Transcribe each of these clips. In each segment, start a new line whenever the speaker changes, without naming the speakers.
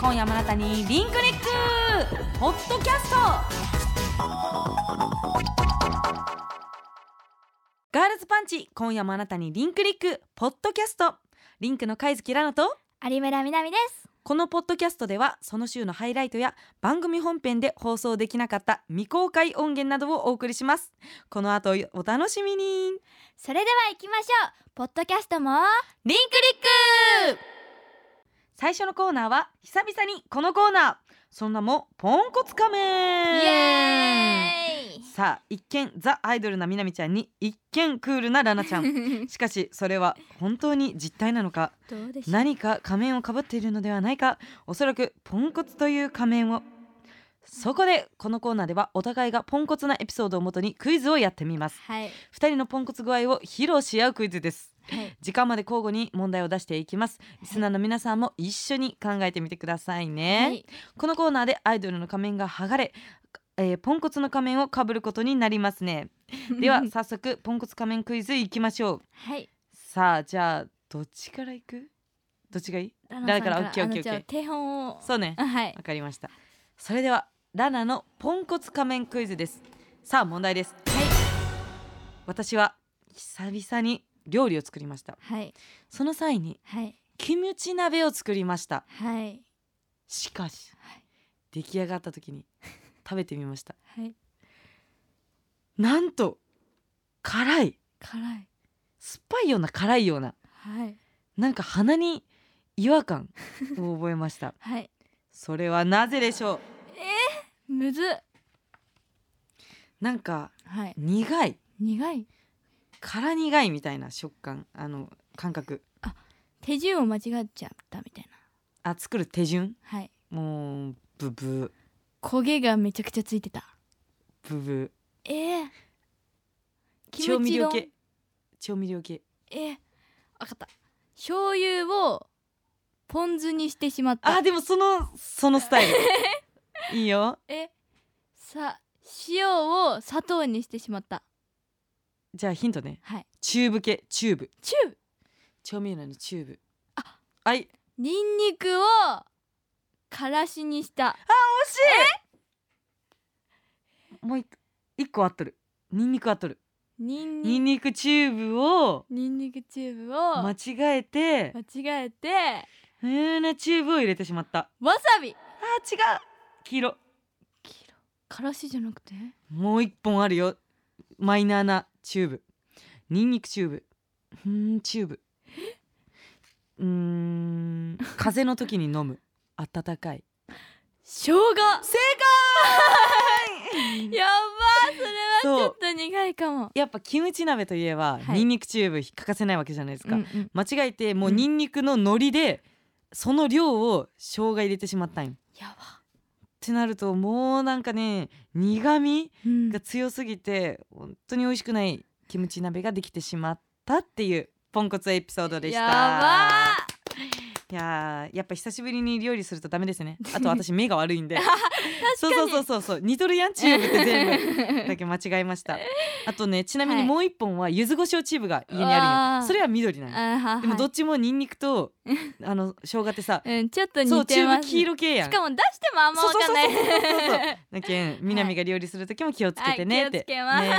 今夜もあなたにリンクリックホットキャストガールズパンチ今夜もあなたにリンクリックポッドキャストリンクの貝月ラナと
有村みなみです
このポッドキャストではその週のハイライトや番組本編で放送できなかった未公開音源などをお送りしますこの後お楽しみに
それでは行きましょうポッドキャストも
リンクリック最初のコーナーは久々にこのコーナーその名もポンコツ仮
イ
面
エ
さあ一見ザ・アイドルなみなみちゃんに一見クールなラナちゃ ん
ーイ
しかしそれは本当に実態なのか
どうでしょう
何か仮面をかぶっているのではないかおそらくポンコツという仮面をそこでこのコーナーではお互いがポンコツなエピソードをもとにクイズをやってみます
はい
2人のポンコツ具合を披露し合うクイズです
はい
時間まで交互に問題を出していきますリスナーの皆さんも一緒に考えてみてくださいね、
はい
このコーナーでアイドルの仮面が剥がれ、えーポンコツの仮面をかぶることになります ねでは早速ポンコツ仮面クイズいきましょう
はい
さあじゃあどっちからいくどっちがいい
ラナ
だ
さん
からオッケー
あ
オッケ
の
ー
じゃあ
オッ
手本を
そうね
あはい
わかりましたそれではラナのポンコツ仮面クイズですさあ問題です
はい
私は久々に料理を作りました
はい
その際に
はい
キムチ鍋を作りました
はい
しかし
はい
出来上がった時に食べてみました
はい
なんと辛い
辛い
酸っぱいような辛いような
はい
なんか鼻に違和感 を覚えました
はい
それはなぜでしょ
むずっ
うなんか
はい
苦い
苦い
辛苦いみたいな食感あの感覚
手順を間違っちゃったみたいな
あ作る手順
はい
もうブブ
焦げがめちゃくちゃついてた
ーブブ
えー、
ー調味料
丼
系調味料系
えー、分かった醤油をポン酢にしてしまった
あでもそのそのスタイルいいよ
えさ塩を砂糖にしてしまった
じゃあヒントね
はい
チューブ系チューブ
チュー
調味料のチューブ
あ
はい惜しい
ニンニクをからしにした
もう一個一個合っとるニンニク合っとる
ニン
ニ
ニ
ンニクチューブを
クニンニクチューブを
間
間
違えて
違えて
ふうなチューブを入れてしまった
わさび
あー違う黄色
からしじゃなくて
もう一本あるよマイナーなチューブニンニクチューブうーんチューブうーん風邪の時に飲む温かい
生姜
正 解
やばーそれはちょっと苦いかも
やっぱキムチ鍋といえば、
はい
ニンニクチューブ欠かせないわけじゃないですか、
うんうん
間違えてもううんニンニクの海苔でその量を生姜入れてしまったんよっ
やば、
てなるともうなんかね苦味
うん
が強すぎて本当に美味しくないキムチ鍋ができてしまったっていうポンコツエピソードでした
やばー
いやーやっぱ久しぶりに料理するとダメ ですねあと私目が悪いんでそうそうそうそうそう似とるやんチューブって全部 だけ間違えましたあとねちなみに
はい
もう一本は柚子胡椒チューブが家にあるん
あー
よそれは緑なんよ
あは
でもど
は
っちもニンニク とあの生姜ってさ
いうんちょっと
そう
似
チュ
て
ー
ま
ブ
す
黄色系やん
しかも出してもあんまわかんない
そうそうそうそうそうだけん南が料理する時も気をつけてね
はい
って、
気をつけ ます
ね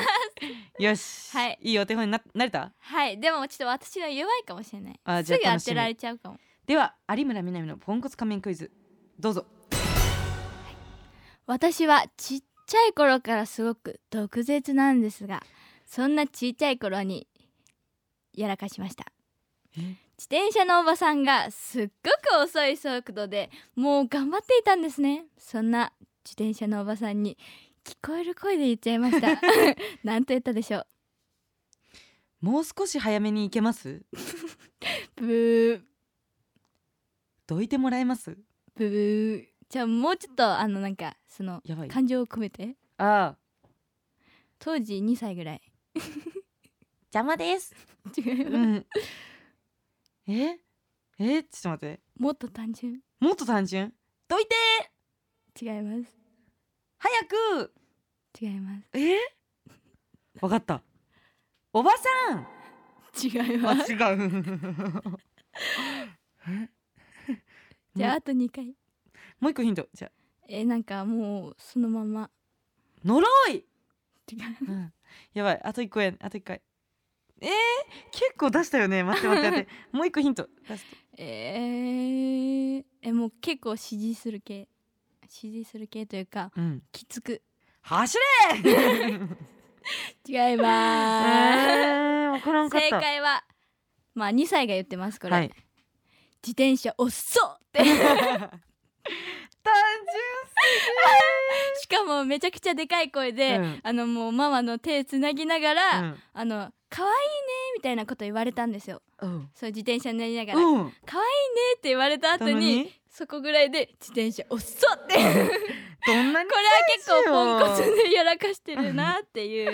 よし、
はいい、
いお手本にななれた
はいでもちょっと私の弱いかもしれない
あじ
す
ゃ
ぐ
あ楽
当
しみ
てられちゃうかも
では有村みなみのポンコツ仮面クイズどうぞ
私はちっちゃい頃からすごく毒舌なんですがそんなちっちゃい頃にやらかしました
え
自転車のおばさんがすっごく遅い速度でもう頑張っていたんですねそんな自転車のおばさんに聞こえる声で言っちゃい ましたなんと言ったでしょう
もう少し早めに行けます
ブー
どいてもらえます
ブーじゃあもうちょっとあのなんかその
やばい
感情を込めて
ああ
当時2歳ぐらい
邪魔です
違う、
うん ええちょっと待って
もっと単純
もっと単純どいて
違います
早く
違いま
えわかったおばさん
す違い
あ
ます
違うえ
じゃああと2回
もう一個ヒントじゃあ
えなんかもうそのまま
呪い、
違う
うん、やばいあと一個やんあと一回えー、結構出したよね待って待って 待ってもう一個ヒント出して
えー、えもう結構支持する系支持する系というか
うん
きつく
走れ
違い
え
ま
ー、わからん
す
かっ
正
た
解はまあ2歳が言ってますこれ、
はい
自転車遅っって
単
しかもめちゃくちゃでかい声で、
うん
あのもうママの手つなぎながら、
純
あの可愛いねみたいなこと言われたんですよ
うん
そう自転車になりながら、
う
可愛いね
ん、うん、
って言われた後
なの
に
に
そこぐらいで自転車遅っってこれ
ど
は
んなに
結構ポンコツでやらかしてるなっていう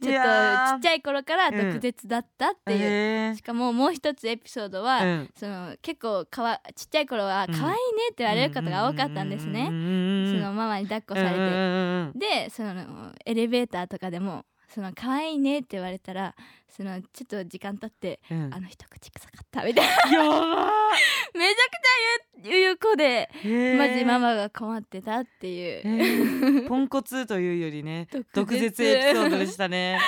ち
い
ょっとち
やー
っちゃい頃から毒舌だったっていう、
えー
しかももう一つエピソードは、
うん
その結構かわちっちゃい頃は
うん
可愛いねって言われることが多かったんです
う
ね、
ん
そのママに抱っこされて、でそのエレベーターとかでもその可愛いねって言われたらそのちょっと時間経って
うんうんうんうんうん
あの一口臭かったみたいな
やば
めちゃくちゃ言う言う子で
ーへー
マジママが困ってたってい
え
う
ーポンコツというより ね毒舌エピソードで したね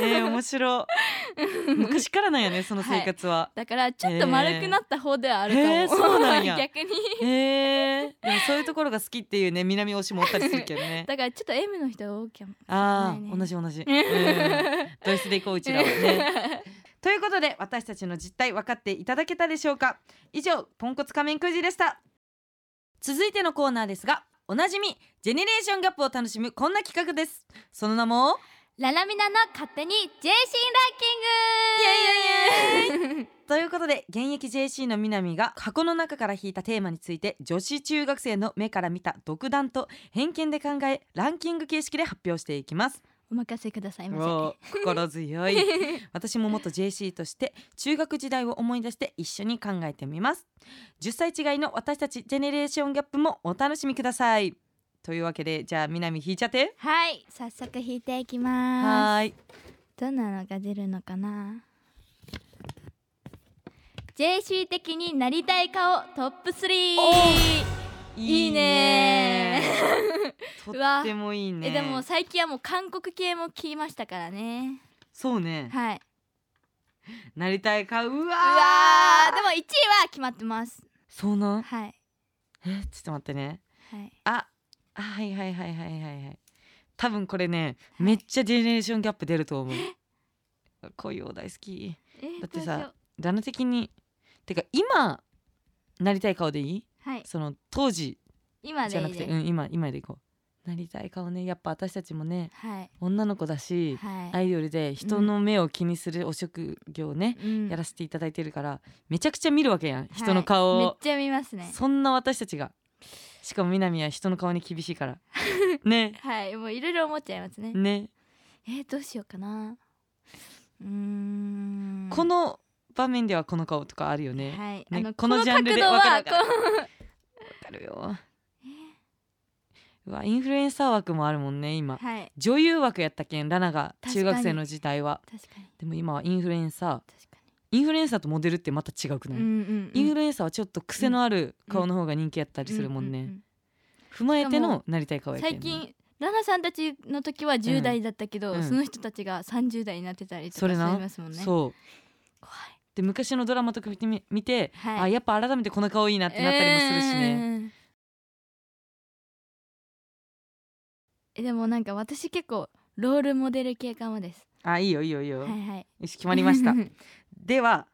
えー、面白い昔からなんやねその生活は、
だからちょっと丸くなった方ではあるかも、
へーそうなんや
逆に
へえでもそういうところが好きっていうね南推しもおったりするけど ね
だからちょっと M の人が多いかも
あ
ない
あ、
ね
同じ同 じ、うん、ドイツで行こううち らはねということで私たちの実態分かっていただけたでしょうか以上ポンコツ仮面クイズでした続いてのコーナーですがおなじみジェネレーションギャップを楽しむこんな企画ですその名も
ララミナの勝手に JC ランキングイエイイエイイエイ
ということで現役 JC の南が箱の中から引いたテーマについて女子中学生の目から見た独断と偏見で考えランキング形式で発表していきます
お任せくださいま
おー心強い私も元 JC として中学時代を思い出して一緒に考えてみます10歳違いの私たちジェネレーションギャップもお楽しみくださいというわけでじゃあ南引いちゃって
せはい早速引いていき
は
ます
ーい
どんなのが出るのかな JC 的になりたい顔トップ3
お
いいね
と
うわ
ってもいいね
えでも最近はもう韓国系も聞きましたからね
そうね
はいう
なりたいかうわー
わーでも1位は決まってます
そうなん
はい
えちょっと待ってね
はい
ああはいはいはいはいはいはい多分これね
はい
めっちゃジェネレーションギャップ出ると思うこういうお題好き
え
だってさ
どうしよ
ラナ的にてか今なりたい顔でいい、
うはい
その当時
今
じゃ
で
ないく
い
て、
です
うん今今でいこうなりたい顔ねやっぱ私たちもね
はい
女の子だし、ア
は
イドルで人の目を気にするお職業ね、
いうん
やらせていただいてるからめちゃくちゃ見るわけやん人の顔
はいめっ
を、
ちゃ見ますね
そんな私たちがしかも南は人の顔に厳しい からね
はいもういろいろ思っちゃいますね
ね、
えー、どうしようかなうーん
この場面ではこの顔とかあるよね、
はい、
ね
あの
こ
こ
の
の
ジャンルで
角度は
わかるわ
こ
わかるようわインフルエンサー枠もあるもんね今
うはい
女優枠やったけんラナが
確
中
かに
学生の時代は
確かに
でも今はインフルエンサ
確か
ーインフルエンサーとモデルってまた違うくな
に、
い、
うんうんうん、
インフルエンサーはちょっと癖のある顔の方が人気やったりするもんね、
うう
踏まえてのなりたい顔
うん
やけんね
最近ラナさんたちの時は10代だったけど、
うん
その人たちが30代になってたりと
そ
か
れ
し
な
ますもんね
そう
怖
で昔のドラマとか見てみ見て、
はい
あやっぱ改めてこの顔いいなっ
い
てなったりもするしね、
えーえでもなんか私結構ロールモデル系かもです
あいいよいいよいいよ、
はいはい
よし決まりました
は
では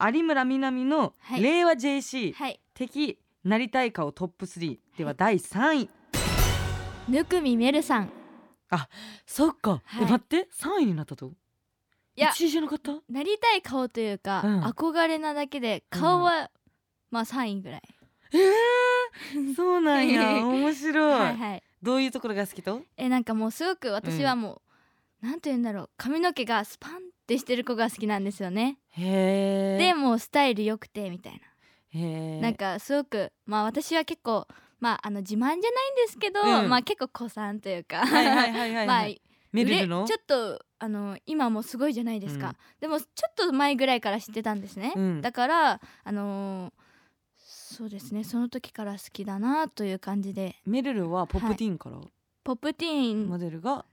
有村みなみの
はい
令和 JC
い
的なりたい顔トップ3では第3位
ぬくみめるさん
そっか、
はい
え待って3位になったと
いや
1位じゃなか った
なりたい顔というか、
うん
憧れなだけで顔は、まあ3位ぐらい
えー、そうなん や面白い
はいはい
どういうところが好きと
えなんかもうすごく私はもう、なんて言うんだろう髪の毛がスパンってしてる子が好きなんですよね、
へえ
でもうスタイル良くてみたいな、
へえ
なんかすごくまあ私は結構まああの自慢じゃないんですけど、
うん
まあ結構子さんというか
はいはいはいはい、
まあ
はい、メルルの
売れちょっとあの今もすごいじゃないですか、でもちょっと前ぐらいから知ってたんですね、
うん
だからあのーそうですねその時から好きだなという感じで
めるるはポップティーンから
ポップティーン、
モデルが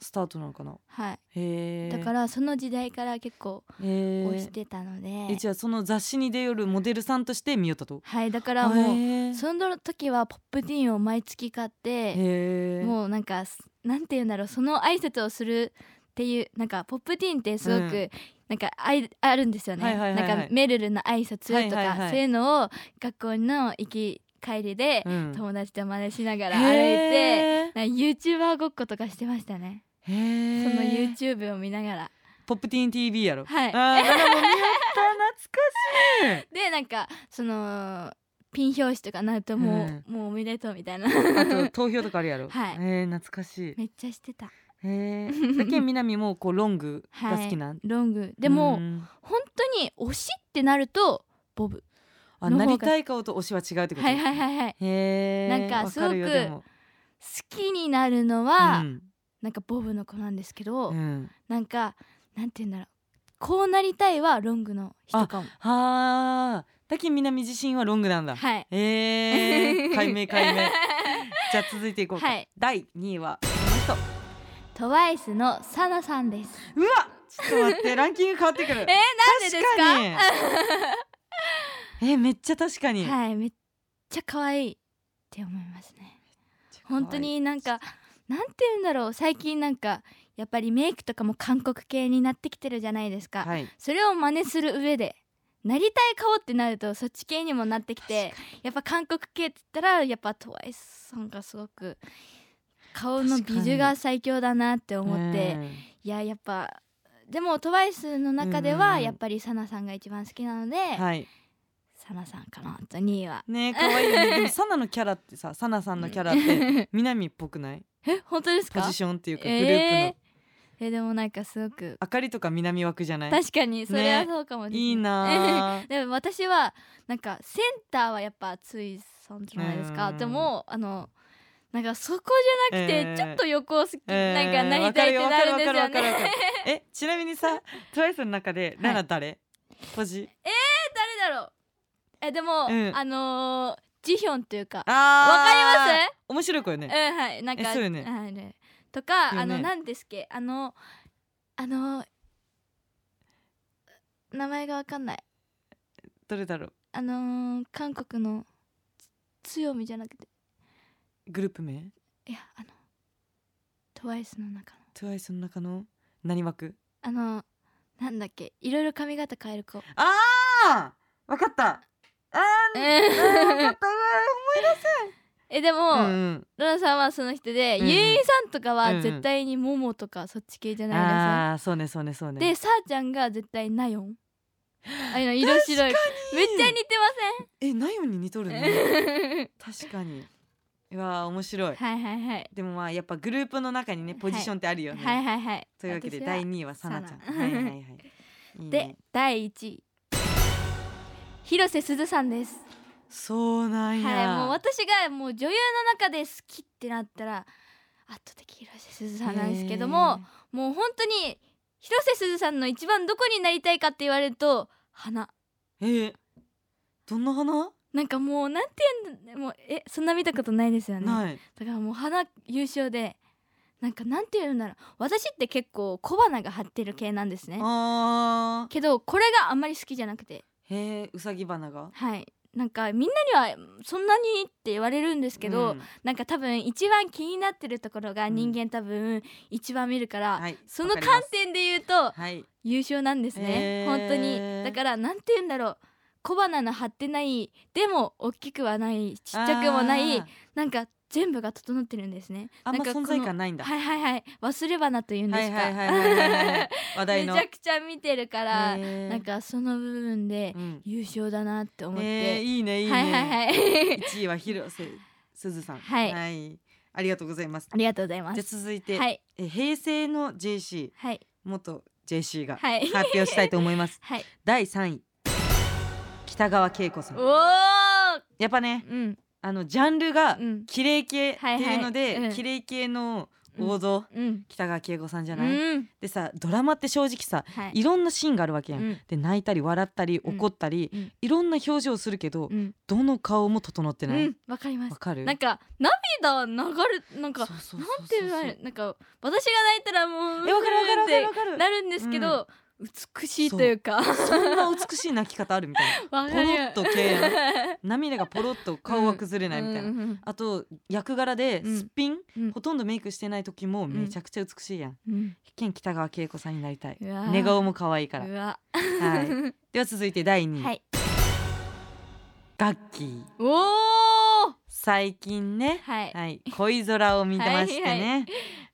スタートなのかな
はい
へえ
だかららその時代から結構
へー
推してたので、
えじゃあその雑誌に出よるモデルさんとして見よったと
はいだからもう
へー
その時はポップティーンを毎月買って
へー
もうなんかすなんて言うんだろうその挨拶をするっていうなんかポップティーンってすご
う
くなんかあいあるんですよね、
はいはいはいはい
なんかめるるの挨拶とか、
はいはいはい
そういうのを学校の行き帰りで
うん
友達と真似しなが
から
歩いて、なんか YouTuber ごっことかしてましたね、
へー
その YouTube を見ながら
ポップティーン TV やろ
はい
あーなるほど見よった懐かしい
でなんかそのピン表紙とかなるともう、もうおめでとうみたいな
あと 投票とかあるやろ。
はい
ええ懐かしい。
めっちゃしてた
え え。だけん南もこうロングが好きなん。
ロングで
う
も、
ん
本当に推しってなるとボブ
あ
の方
な
が
りたい顔と推しは違うってこと。
はいはいはいはい
へえ。
なんか
わるよ
すごく
でも
好きになるのは、
うん
なんかボブの子なんですけど、
うん。
なんかなんて言うんだろうこうなりたいはロングの人かも
はあ。だけん南自身はロングなんだ。
はい
ええ。解明解明。じゃあ続いていこうか
はい。
第二位はこの人。
トワイスのサナさんです
うわ。ちょっと待 ってランキング変わってくる。え
えなんでですか
か。えめっちゃ確かに。
はいめっちゃ可愛いって思いますね本当になんかなんて言うんだろう最近なんかやっぱりメイクとかも韓国系になってきてるじゃないですか、
はい。
それを真似する上でなりたい顔ってなるとそっち系にもなってきてやっぱ韓国系って言ったらやっぱ TWICE さんがすごく顔の美女が最強だなって思って、
うん
いややっぱでも TWICE の中で
うんうん
は
うん
やっぱりサナさんが一番好きなので、
はい。
サナさんかなと2位は
ねえ可愛いよね。でもサナのキャラってさ、サナさんのキャラっ て南っぽくない？
え本当です
ポ
か
ジションっていうかグループの、
えーえでもなんかすごく
あかりとか南枠じゃない？
確かにそれはそうかもしれ ない、
いいなあ
でも私はなんかセンターはやっぱついさんじゃないですか
うん
でもあのなんかそこじゃなく
えー
てちょっと横を好き、
えー
なんかなりたいってなるんですよ
わかるわかるわかるわ
ね
かるえ、ちなみにさ、トワイスの中でラナ誰？ポジ？
誰だろうえでも、
うん
あのー、ジヒョンっていうかわか
あー
り
面白い子よね。
ますうんはいなん
え
か
そうよね
はいねとか、
そうよ
あ
ね
の何ですっけあのあの名前がわかんない
どれだろう？
あのー、韓国のつ強みじゃなくて
グループ名？
いやあの TWICE の中の
トワイスの中の何枠？
あのなんだっけいろいろ髪型変え る子
ああ、わかった。あーあー、わかった。
えでも、
うわうんうん。
ロナさんはその人で、
うんうん
ユインさんとか
うんう
は
ん
絶対にモモとかそっち系じゃない
ああー、そうねそうねそうね。
ですか、でさーちゃんが絶対ナヨンあの色白いめっちゃ似て
えナヨンに似とる
ま
ね
せん
確かにうわー面白い
はいはいはい
でもまあやっぱグループの中にねポジションってあるよね、
はいはいはい
というわけで
私は
第2位はサナちゃん
サナ
はいはいはいいいね
で第1位広瀬すずさんです
そうなんや、
はい、もう私がもう女優の中で好きってなったら圧倒的広瀬すずさんなんですけども、もう本当に広瀬すずさんの一番どこになりたいかって言われると花
えーえーどんな花、
なんかもうなんて言うんだもうえそんな見たことないですよね
ない
だからもう花優勝でなんかなんて言うんだろう私って結構小花が張ってる系なんですね
あ
けどこれがあんまり好きじゃなくて
ーへえうさぎ花が
はいなんかみんなにはそんなにって言われるんですけど、
うん
なんか多分一番気になってるところが
うん
人間多分一番見るから、
はい
その
わかり
観
ます
点で言うと
はい
優勝なんですね、
へー
本当にだからなんて言うんだろう小花の張ってないでも大きくはないちっちゃくもない
あー
なんか全部が整ってるんですね
あんま
なんかこ
存
の
在感ないんだ
はいはいはい忘れ花というんで
は
す
い
か、
はいはいはいはいはい話題
めち
の
ゃくちゃ見てるから、
へー
なんかその部分で
うん
優勝だなって思って、
えーいいねいいね、
はいはいはい
一位は広瀬すずさん。
はい
ありがとうございます。
ありがとうございま
じゃ
す
あ続いて、
はい
え平成の JC
はい
元 JC が
はい
発表したいと思います。
はい
第三位北川景子さん。
おお
やっぱね
うん
あのジャンルが
うん
綺麗系っていうので、
はいはいうん
綺麗系の
うん
王道
うん
北川景子さんじゃ
う
ない、
ん
でさドラマって正直さ
はい
いろんなシーンがあるわけやん、
うん
で泣いたり笑ったり
うん
怒ったり、
うん
いろんな表情するけど、
うん
どの顔も整って
う
ないわ、
んわかります
かる
なんか涙流れなんか
そうそうそうそう
なんて言われなんか私が泣いたらもう
えわかるわかるわかる
っ
わか
て
る
なるんですけど美しいというか
そんな美しい泣き方あるみたいな
わ
ポ
か
ロ
る
ッと系やん涙がポロッと顔は崩れないみたいな、
うんうん
あと役柄で
うん
すっぴん、
うん
ほとんどメイクしてない時もめちゃくちゃ美しいやん、
うん
一見北川景子さんになりたいう
わー
寝顔も可愛いから
うわ
はいでは続いて第2位、
はい
ガッキー
おお
最近ね
はい
はい、恋空を見てましてね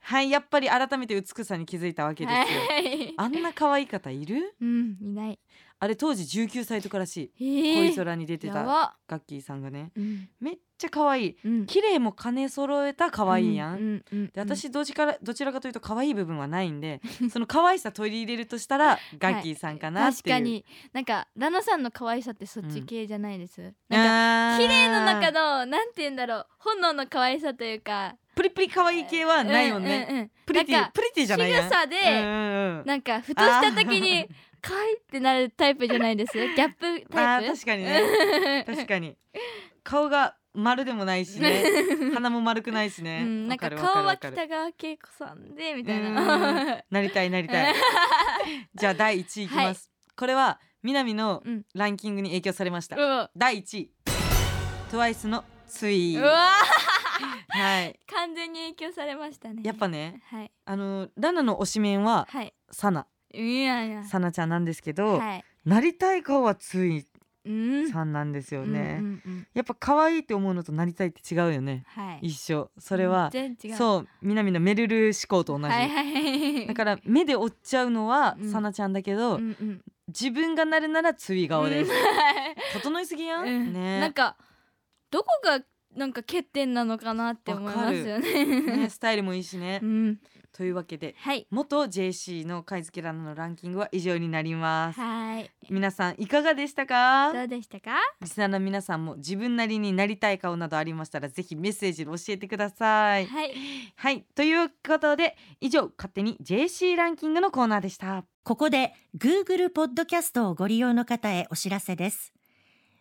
はい、やっぱり改めて美しさに気づいたわけですよ、
はい
あんな可愛い方いる
うんいない
あれ当時19歳とからしい
え
恋
ー
空に出て
や
た
ば
ガッキーさんがね
うん
めっちゃ可愛い
うん
綺麗も兼ね揃えた可愛いやん、
うんうん
で私どっちからどちらかというと可愛い部分はないんでその可愛さ取り入れるとしたらガッキーさんかなって
確
いう、
かになんか旦那さんの可愛さってそっち系じゃないです、なんか
か
綺麗の中のなんて言うんだろう本能の可愛さというか
プリプリ可愛い系はないよね、
うんうんうん
プリテ
なん
ィ
か
プリティじゃないやん
仕草で
うんうんうん
なんかふとした時に可愛いってなるタイプじゃないですギャップ
ま
タ
あ
イプ
確かにね 確かに顔が丸でもないしね 鼻も丸くないしね、
うん、な
わ
んか
るわる
顔
わ
は
かる
北川景子さんでみたいうな
なりたいなりたいじゃあ第1位いきます、これは南の
うん
ランキングに影響されました、
うわ
第1位 TWICE のツイ
う
ー
わ
はい
完全に影響されましたね
やっぱね
はい
あのラナの推しメンは
はい
サナ
いやいや
サナちゃんなんですけど、
はい
なりたい顔はツイ
うん
さんなんですよね、
うんうんうん
やっぱ可愛いって思うのとなりたいって違うよね
はい
一緒それは
全然違う
そう南のメルル思考と同じ、
はいはい
だから目で追っちゃうのは
うん
サナちゃんだけど、
うんうん
自分がなるならツイ顔です、
う
整いすぎやん、
んうん
ね
なんかどこがなんか欠点なのかなって思いますよ
ね
ね
スタイルもいいしね、
うん
というわけで
はい
元 JC の貝付けランのランキングは以上になります
はい
皆さんいかがでしたか
どうでしたか
リスナーの皆さんも自分なりになりたい顔などありましたらぜひメッセージで教えてくださいはい、
はい
ということで以上勝手に JC ランキングのコーナーでした
ここで Google ポッドキャストをご利用の方へお知らせです。